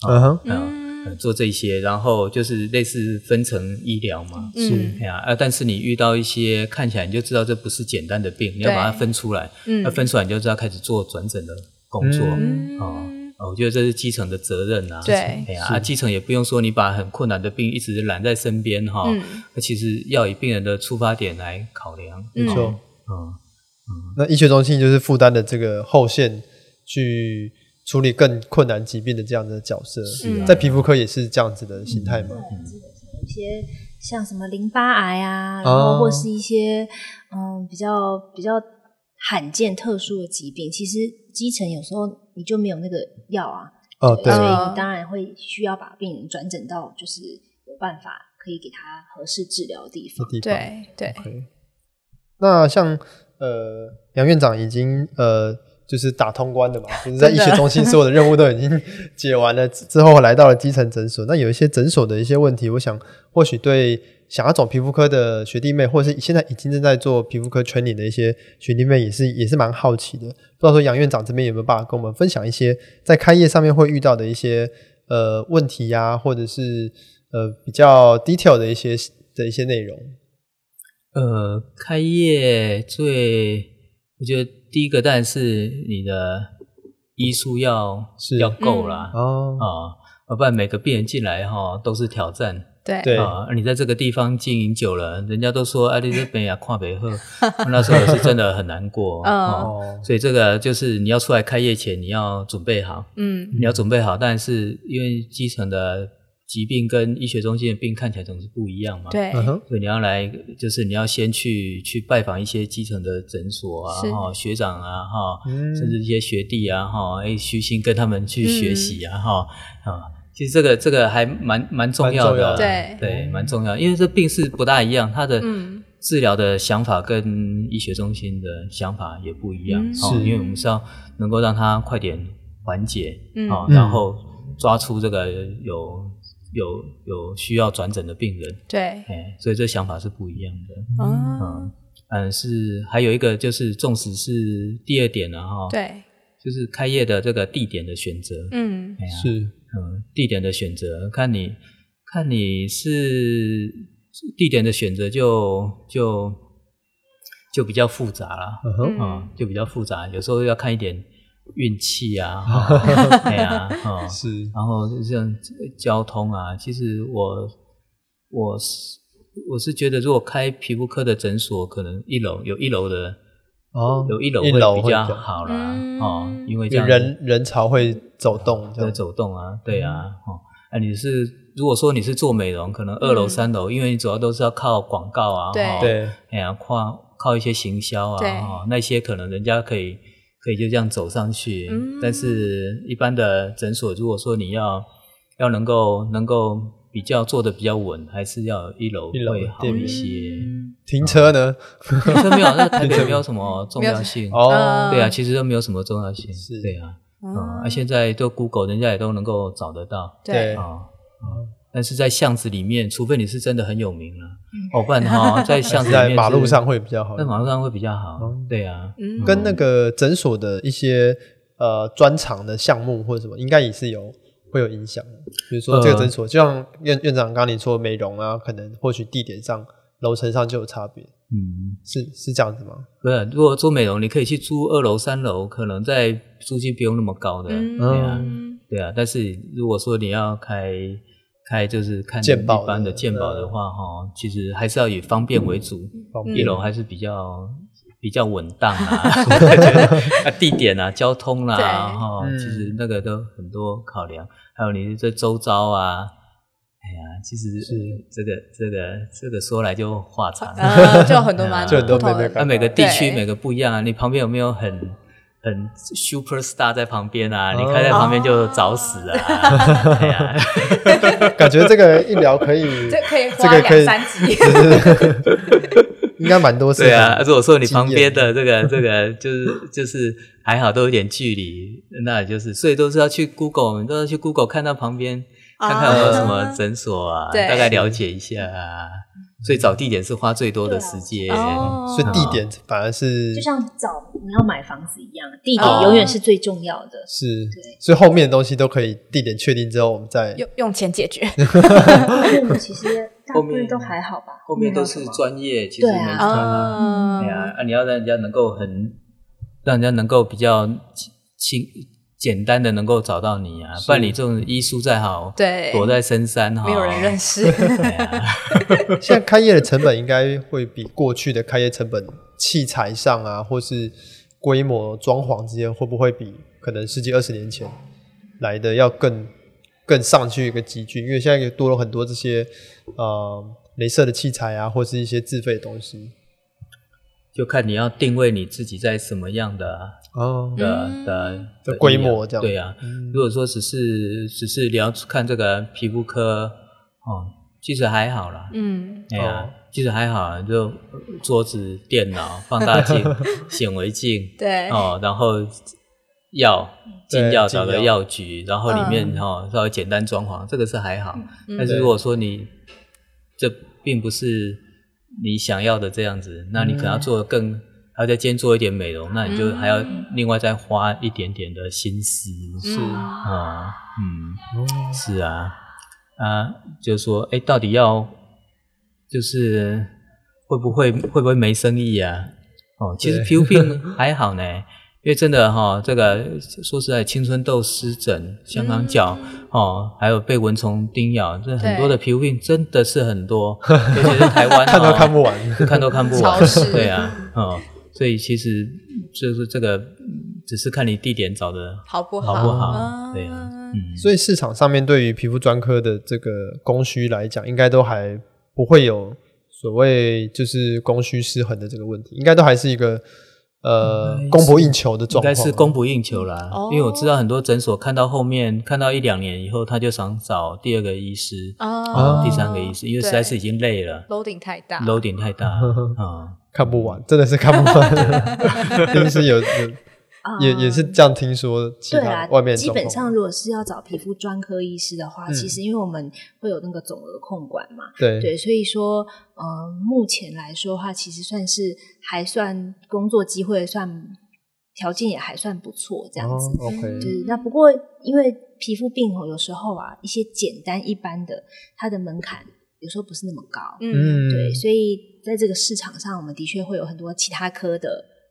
A: 嗯哼，
D: 嗯、呃做这些，然后就是类似分层医疗嘛。
B: 嗯
D: 哎呀，啊，但是你遇到一些看起来你就知道这不是简单的病，你要
B: 对
D: 把它分出来，那
B: 嗯
D: 分出来你就知道开始做转诊的工作。
A: 嗯
D: 哦
B: 嗯，
D: 哦，我觉得这是基层的责任啊。
B: 对
D: 哎呀、啊，基层也不用说你把很困难的病一直揽在身边哈、
B: 嗯
D: 那其实要以病人的出发点来考量。
B: 嗯
A: 没错。
D: 嗯，
A: 那医学中心就是负担的这个后线去处理更困难疾病的这样的角色，
B: 啊
A: 在皮肤科也是这样子的形态嘛。
C: 有一些像什么淋巴癌啊，
A: 哦
C: 然后或是一些嗯比较比较罕见特殊的疾病，其实基层有时候你就没有那个药啊，
A: 哦，对
C: 所以，
B: 嗯
C: 你当然会需要把病人转诊到就是有办法可以给他合适治疗的地
A: 这
C: 方。
A: 地方。
B: 对对，
A: OK 那像呃，杨院长已经呃，就是打通关了嘛，就是在医
B: 真的
A: 学中心所有的任务都已经解完了 [laughs] 之之后，来到了基层诊所。那有一些诊所的一些问题，我想或许对想要走皮肤科的学弟妹，或者是现在已经正在做皮肤科圈里的一些学弟妹，也是 [laughs] 也是蛮好奇的。不知道说杨院长这边有没有办法跟我们分享一些在开业上面会遇到的一些呃问题呀、或者是呃比较 detail 的一些的一些内容。
D: 呃，开业最，我觉得第一个当然是你的医术要
A: 是
D: 要够啦。
B: 嗯
A: 哦
D: 啊，要不然每个病人进来哈、都是挑战。
B: 对
A: 对
D: 啊，你在这个地方经营久了，人家都说啊，你这边也跨北鹤， [laughs] 那时候也是真的很难过。
B: 嗯
D: 哦，
A: 哦，
D: 所以这个就是你要出来开业前，你要准备好，
B: 嗯
D: 你要准备好。但是因为基层的疾病跟医学中心的病看起来总是不一样嘛，，
B: 对
A: 嗯哼，
D: 所以你要来，就是你要先去去拜访一些基层的诊所啊，
B: 是
D: 哈、学长啊，哈、
A: 嗯
D: 甚至一些学弟啊，哈，哎，虚心跟他们去学习啊，哈、啊，其实这个这个还蛮蛮重要的啊，
A: 蛮
B: 重要的
D: 对蛮重要，因为这病是不大一样，它的
B: 嗯
D: 治疗的想法跟医学中心的想法也不一样，
B: 嗯
D: 哦
A: 是，
D: 因为我们是要能够让它快点缓解，
B: 嗯
D: 哦，
A: 嗯
D: 然后抓出这个有有有需要转诊的病人。
B: 对，
D: 哎，所以这想法是不一样的。
B: 嗯
D: 嗯嗯，是还有一个就是，纵使是第二点了、哈，，
B: 对，
D: 就是开业的这个地点的选择，
B: 嗯
D: 哎呀
A: 是
D: 嗯，地点的选择，看你看你是地点的选择就就就比较复杂了，
A: 嗯哼，
B: 嗯
D: 嗯，就比较复杂，有时候要看一点运气啊，哈哎呀，哈
A: 是
D: 然后就像交通啊，其实我我是我是觉得，如果开皮肤科的诊所，可能一楼有一楼的
A: 哦
D: 有一楼
A: 一楼
D: 会比较
A: 会比较
D: 好啦
B: 嗯
D: 哦，因为这
A: 有
D: 样
A: 人人潮会走动这
D: 的
A: 样。
D: 走动啊，对啊，哦，啊，你是如果说你是做美容，可能二楼、
B: 嗯
D: 三楼，因为你主要都是要靠广告啊，
B: 对
D: 哦
A: 对，
D: 哎呀，靠靠一些行销
B: 对
D: 啊，哦，那些可能人家可以可以就这样走上去，
B: 嗯
D: 但是一般的诊所，如果说你要要能够能够比较做的比较稳，还是要有一楼
A: 一楼
D: 会好
A: 店
D: 一
A: 面
B: 嗯
D: 些。 [laughs]
A: 停车呢？
D: 停车没有，那台北没有什么重要性。
A: 哦，
D: 对啊，其实都没有什么重要性。
A: 是
D: 对啊，嗯，
B: 嗯
D: 啊，现在都 Google，人家也都能够找得到。
B: 对
A: 对
D: 啊，但是在巷子里面，除非你是真的很有名了、
B: 嗯
D: 哦，不然的话在巷子里面
A: [laughs] 在
D: 是
A: 马路上，会比较好
D: 在。马路上会比较好。
A: 哦
D: 对啊，
B: 嗯
A: 跟那个诊所的一些呃专长的项目或者什么，应该也是有会有影响的。比如说这个
D: 呃
A: 诊所，就像院院长刚刚你说的美容啊，可能或许地点上、楼层上就有差别，
D: 嗯，
A: 是是这样子吗？
D: 不是，如果做美容，你可以去租二楼、三楼，可能在租金不用那么高的，对啊，
B: 嗯
D: 对啊。但是如果说你要开开就是看
A: 健保的
D: 一般的健保的
B: 嗯
D: 话，哈、其实还是要以方便为主，
A: 方
D: 一
A: 便
D: [laughs] 楼还是比较比较稳
B: [laughs]
D: 当啊，我觉得啊地点啊、交通啦、
B: 对
D: 啊，哈、
A: 嗯
D: 其实那个都很多考量，还有你这周遭啊。哎呀，其实
A: 是
D: 这个这个这个说来就话
B: [laughs]
D: 长，
B: 呃，就有
D: [laughs]
B: 很多蛮
D: 啊就很
A: 多
B: 不
A: 妹
B: 同
A: 妹
B: 的
D: 那
A: 感
D: 每个地区
B: 对
D: 每个不一样啊，你旁边有没有很很 super star 在旁边啊？
A: 哦
D: 你开在旁边就找死 [laughs] 啊！哎呀，
A: 感觉这个一聊
D: [laughs]
A: 可以，
B: 这可以
A: 这
B: 花
A: 个可以
B: 两三集，
A: [laughs] 应该蛮多事。
D: 对啊，如果说你旁边
A: 经
D: 的这个这个就是就是还好都有点距离，那也就是所以都是要去 Google，我们都要去 Google 看到旁边
B: 啊
D: 看看有没有什
B: 哦
D: 么诊所啊，
B: 对
D: 大概了解一下啊。所以找地点是花最多的时间，
B: 啊哦
A: 所以
D: 啊
A: 地点反而是
C: 就像找你要买房子一样，地
B: 哦
C: 点永远是最重要的。
A: 是
C: 对，
A: 所以后面的东西都可以地点确定之后，我们再
B: 用用钱解
D: [laughs]
B: 决。
C: 后面的其实大部分都还好吧，
D: 后面都
C: 还
D: 是
C: 有什么
D: 专业，其实
C: 对
D: 没
C: 啊
D: 差啊。
B: 嗯
D: 哎呀，啊，你要让人家能够很，让人家能够比较轻简单的能够找到你啊，不然你这种医术再好，
B: 对
D: 躲在深山哈，
B: 没有人认识。
D: 哎呀。
A: 现在开业的成本应该会比过去的开业成本，器材上啊，或是规模、装潢之间，会不会比可能十几二十年前来的要更更上去一个级距？因为现在也多了很多这些呃，镭射的器材啊，或是一些自费的东西
D: 就看你要定位你自己在什么样的
A: 哦。
D: 的
B: 嗯
D: 的
A: 的
D: 医疗
A: 规模这样
D: 对啊，
A: 嗯
D: 如果说只是只是聊看这个皮肤科哦，其实还好
B: [laughs]
D: 啦，
B: 嗯，
D: 哎
A: 哦
D: 呀，其实还好啊，就桌子、电脑、放大
B: [laughs]
D: 镜、显微镜，
B: 对，
D: 哦，然后药
A: 对
D: 进药
A: 进
D: 找个
A: 药
D: 药局，然后里面
B: 嗯
D: 哦稍微简单装潢，这个是还好。
B: 嗯
D: 但是
A: 对
D: 如果说你这并不是你想要的这样子，那你可能要做的
B: 嗯
D: 更，还要再兼做一点美容，那你就还要另外再花一点点的心思。
A: 是
B: 嗯
D: 啊，嗯，是啊，啊，就是说，哎，到底要就是会不会会不会没生意啊？哦，其实
A: 对
D: 皮肤病还好呢， [laughs] 因为真的哈、这个说实在，青春痘、湿疹、香港脚、
A: 嗯
D: 哦，还有被蚊虫叮咬，这很多的皮肤病真的是很多， [laughs] 尤其是台湾、
A: [laughs] 看都
D: 哦
A: 看不完，
D: 看都看不
B: 超
D: 完
B: 市，
D: 对啊，哦，所以其实就是这个，嗯只是看你地点找的
B: 好不
D: 好不好
B: 嗯？
D: 对啊，嗯，
A: 所以市场上面对于皮肤专科的这个供需来讲，应该都还不会有所谓就是供需失衡的这个问题，应该都还是一个呃
D: 嗯应该
A: 供
D: 是
A: 不应求的
D: 应
A: 状况。
D: 该是供不应求啦
B: 哦，
D: 因为我知道很多诊所看到后面，看到一两年以后，他就想找第二个医师，哦
B: 啊，
D: 第三个医师，因为实在是已经累了
B: ，loading 太大，
D: 楼顶太大
A: 嗯
D: 啊。
A: 看不完，真的是看不
D: [laughs]
A: 完， [laughs] 真的是有有
C: 啊
A: 也也是这样听说，其
C: 对
A: 他
C: 啊，
A: 外面的
C: 基本
A: 状
C: 上
A: 况
C: 如果是要找皮肤专科医师的话，
A: 嗯
C: 其实因为我们会有那个总额控管嘛，
A: 对
C: 对，所以说，呃，目前来说的话，其实算是还算工作机会算条件也还算不错这样子。
A: 哦，OK，
C: 对，那不过因为皮肤病哦，有时候啊，一些简单一般的，它的门槛有时候不是那么高。
B: 嗯，
A: 嗯，
C: 对，所以在这个市场上，我们的确会有很多其他科的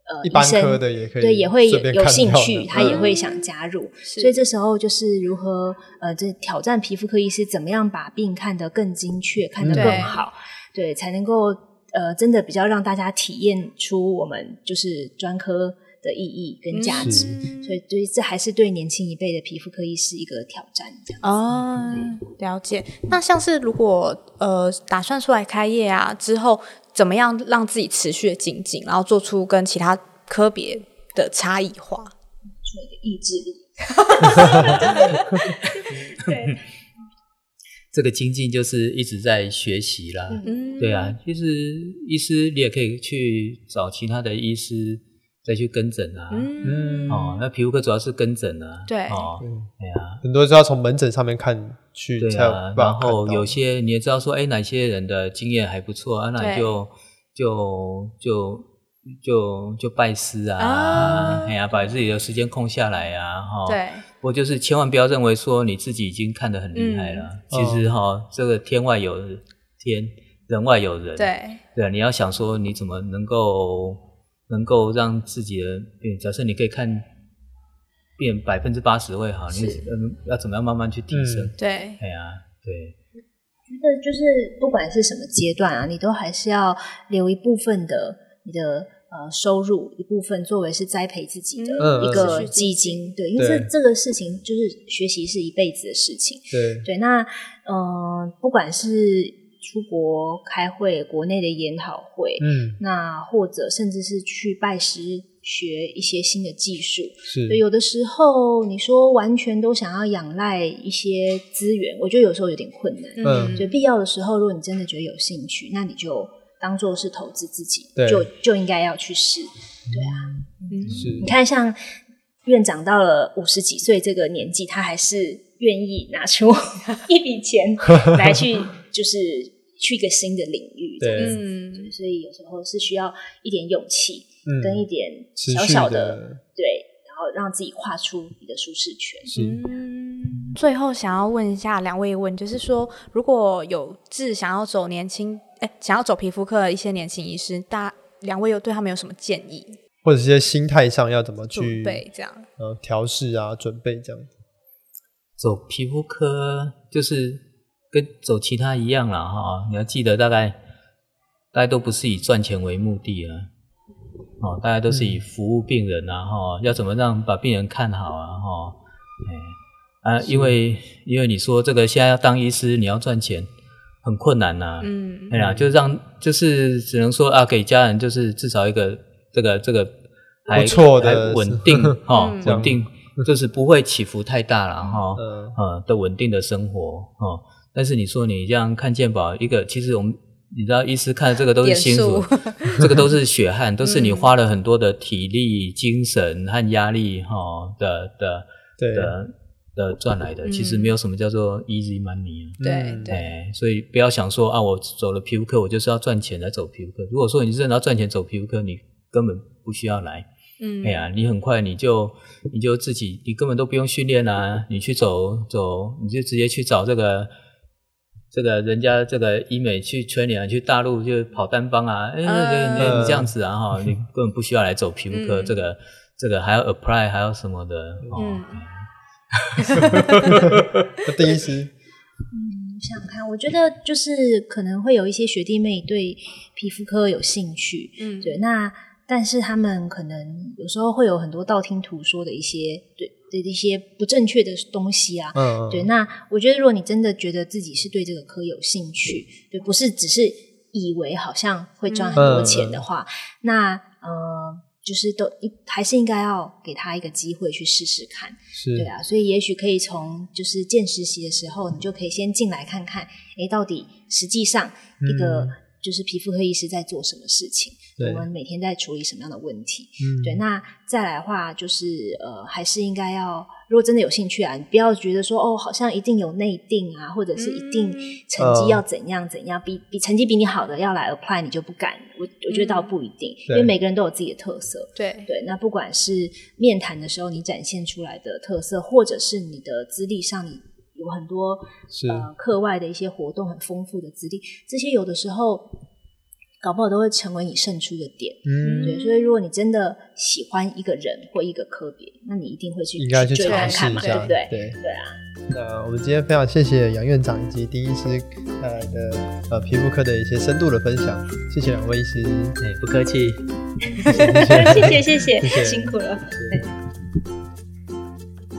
C: 呃
A: 一般
C: 医生
A: 科的也可以
C: 对，也会
A: 顺便
C: 有
A: 看
C: 兴
A: 到
C: 趣，
A: 的
C: 他也
A: 嗯
C: 会想加入。
B: 是
C: 所以这时候就是如何呃，这挑战皮肤科医师怎么样把病看得更精确，看得
A: 嗯
C: 更好，对，才能够呃真的比较让大家体验出我们就是专科的意义跟价
A: 嗯
C: 值。所以，所以这还是对年轻一辈的皮肤科医师一个挑战，这样子。
B: 哦，了解。那像是如果呃打算出来开业啊之后，怎么样让自己持续的精进，然后做出跟其他科别的差异化？
C: 做一个意志力。
D: 这个精进就是一直在学习啦，
B: 嗯，
D: 对啊，其实医师你也可以去找其他的医师再去跟诊啊，
B: 嗯，
D: 哦，那皮肤科主要是跟诊啊，
B: 对
D: 哦，对啊，
A: 很多是要从门诊上面看去
D: 对
A: 才有
D: 啊
A: 办，法
D: 然后
A: 看到
D: 有些你也知道说，哎，哪些人的经验还不错啊，那
B: 对
D: 你就就就就就拜师啊
B: 啊，
D: 哎呀、把自己的时间空下来啊，哈、
B: 对，
D: 我就是千万不要认为说你自己已经看得很厉害
B: 嗯
D: 了，其实哈、
A: 哦
D: 这个天外有天，人外有人，
B: 对，
D: 对，啊你要想说你怎么能够能够让自己的变，假设你可以看变百分之八十会好，你
B: 是
D: 嗯要怎么样慢慢去提升？
A: 嗯
B: 对，
D: 哎呀，对，
C: 觉得就是不管是什么阶段啊，你都还是要留一部分的你的呃收入一部分作为是栽培自己的
A: 嗯
C: 一
B: 嗯
C: 个
B: 嗯
C: 基金，对，因为
A: 对
C: 这这个事情就是学习是一辈子的事情。
A: 对
C: 对，那嗯、呃不管是出国开会、国内的研讨会，
A: 嗯
C: 那或者甚至是去拜师学一些新的技术，
B: 嗯
A: 是
C: 对，有的时候你说完全都想要仰赖一些资源，我觉得有时候有点困难。
A: 嗯
C: 就必要的时候，如果你真的觉得有兴趣，那你就当做是投资自己
A: 对，
C: 就就应该要去试。
A: 是
C: 你看，像院长到了五十几岁这个年纪，他还是愿意拿出一笔
A: [laughs]
C: 钱来去，就是去一个新的领域。
A: 对
B: 嗯，
C: 所以有时候是需要一点勇气
A: 嗯
C: 跟一点
A: 持
C: 小
A: 续
C: 小
A: 的
C: 对，然后让自己跨出你的舒适圈。
A: 是
B: 嗯，最后想要问一下两位问，就是说，如果有志想要走年轻，哎，想要走皮肤科的一些年轻医师，大两位有对他们有什么建议？
A: 或者是一些心态上要怎么
B: 准
A: 去
B: 备这样，
A: 呃调试啊，准备这样。
D: 走皮肤科就是跟走其他一样啦，哈、你要记得大概大家都不是以赚钱为目的啊，哦，大家都是以服务病人啊，哈、要怎么让把病人看好啊，哈、哎啊，因为因为你说这个现在要当医师，你要赚钱很困难呐、
B: 嗯
D: 哎呀，就让就是只能说啊，给家人就是至少一个这个这个还
A: 不错的
D: 还稳
A: [laughs]
D: 定哈
B: 嗯，
D: 稳定就是不会起伏太大了哈，
A: 嗯
D: 呃的稳定的生活哦。但是你说你这样看健保一个，其实我们你知道医师看这个都是辛苦
B: 点，
D: [laughs] 这个都是
B: [laughs]
D: 血汗，都是你
B: 嗯
D: 花了很多的体力、精神和压力哈的的
A: 对
D: 的的赚来的，其实
B: 嗯
D: 没有什么叫做 easy money 啊。
B: 对对，
D: 哎，所以不要想说啊，我走了皮肤科，我就是要赚钱来走皮肤科。如果说你是真的要赚钱走皮肤科，你根本不需要来。
B: 嗯，
D: 哎呀，你很快你就你就自己，你根本都不用训练啊，你去走走，你就直接去找这个这个人家这个医美去圈你啊，去大陆就跑单帮啊，哎，
B: 嗯
D: 你你你这样子
B: [laughs]
D: 啊哈，你根本不需要来走皮肤科，
B: 嗯
D: 这个这个还要 apply 还要什么的哦。
B: 嗯
A: 那第一次
C: 我嗯想想看，我觉得就是可能会有一些学弟妹对皮肤科有兴趣，
B: 嗯
C: 对，那但是他们可能有时候会有很多道听途说的一些对对一些不正确的东西啊。
A: 嗯
C: [laughs] 对，那我觉得如果你真的觉得自己是对这个科有兴趣，对，不是只是以为好像会赚很
A: 嗯
C: 多钱的话，那呃，就是都还是应该要给他一个机会去试试看。
A: 是
C: 对啊，所以也许可以从就是见实习的时候，你就可以先进来看看，诶，到底实际上一个
A: 嗯
C: 就是皮肤科医师在做什么事情，
A: 对
C: 我们每天在处理什么样的问题。
A: 嗯
C: 对，那再来的话，就是呃，还是应该要，如果真的有兴趣啊，你不要觉得说哦，好像一定有内定啊，或者是一定
B: 嗯
C: 成绩
A: 呃
C: 要怎样怎样，比比成绩比你好的要来 apply，你就不敢。我我觉得倒不一定，因
A: 嗯对
C: 为每个人都有自己的特色。
B: 对，
C: 对，那不管是面谈的时候你展现出来的特色，或者是你的资历上你有很多
A: 是
C: 呃课外的一些活动很丰富的资历，这些有的时候搞不好都会成为你胜出的点。
A: 嗯
C: 对，所以如果你真的喜欢一个人或一个科别，那你一定会去
A: 应该去
C: 追
A: 尝
C: 看
A: 试
C: 看
A: 一
C: 嘛，
A: 下
C: 对不对？
A: 对
C: 对啊，
A: 那我们今天非常谢谢杨院长以及丁医师带来的呃皮肤科的一些深度的分享，谢谢两位医师。
D: 哎，不客气。
C: [laughs] 谢谢谢谢，
A: 谢谢
C: 辛苦了。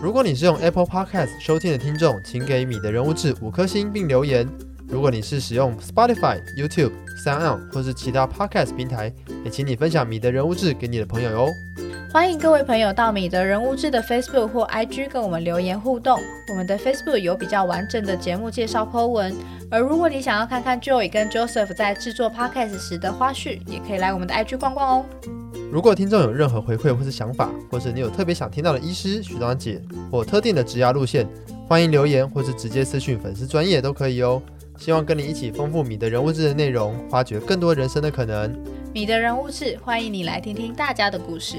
A: 如果你是用 Apple Podcast 收听的听众，请给米的人物志五颗星并留言。如果你是使用 Spotify、YouTube、Sound 或是其他 Podcast 平台，也请你分享米的人物志给你的朋友哟、
F: 欢迎各位朋友到米德人物志的 Facebook 或 IG 跟我们留言互动。我们的 Facebook 有比较完整的节目介绍 po 文，而如果你想要看看 Joy 跟 Joseph 在制作 Podcast 时的花絮，也可以来我们的 IG 逛逛哦。
A: 如果听众有任何回馈或是想法，或是你有特别想听到的医师、学长姐或特定的职涯路线，欢迎留言或是直接私讯粉丝专业都可以哦。希望跟你一起丰富你的人物志的内容，发掘更多人生的可能。
B: 你的人物志，欢迎你来听听大家的故事。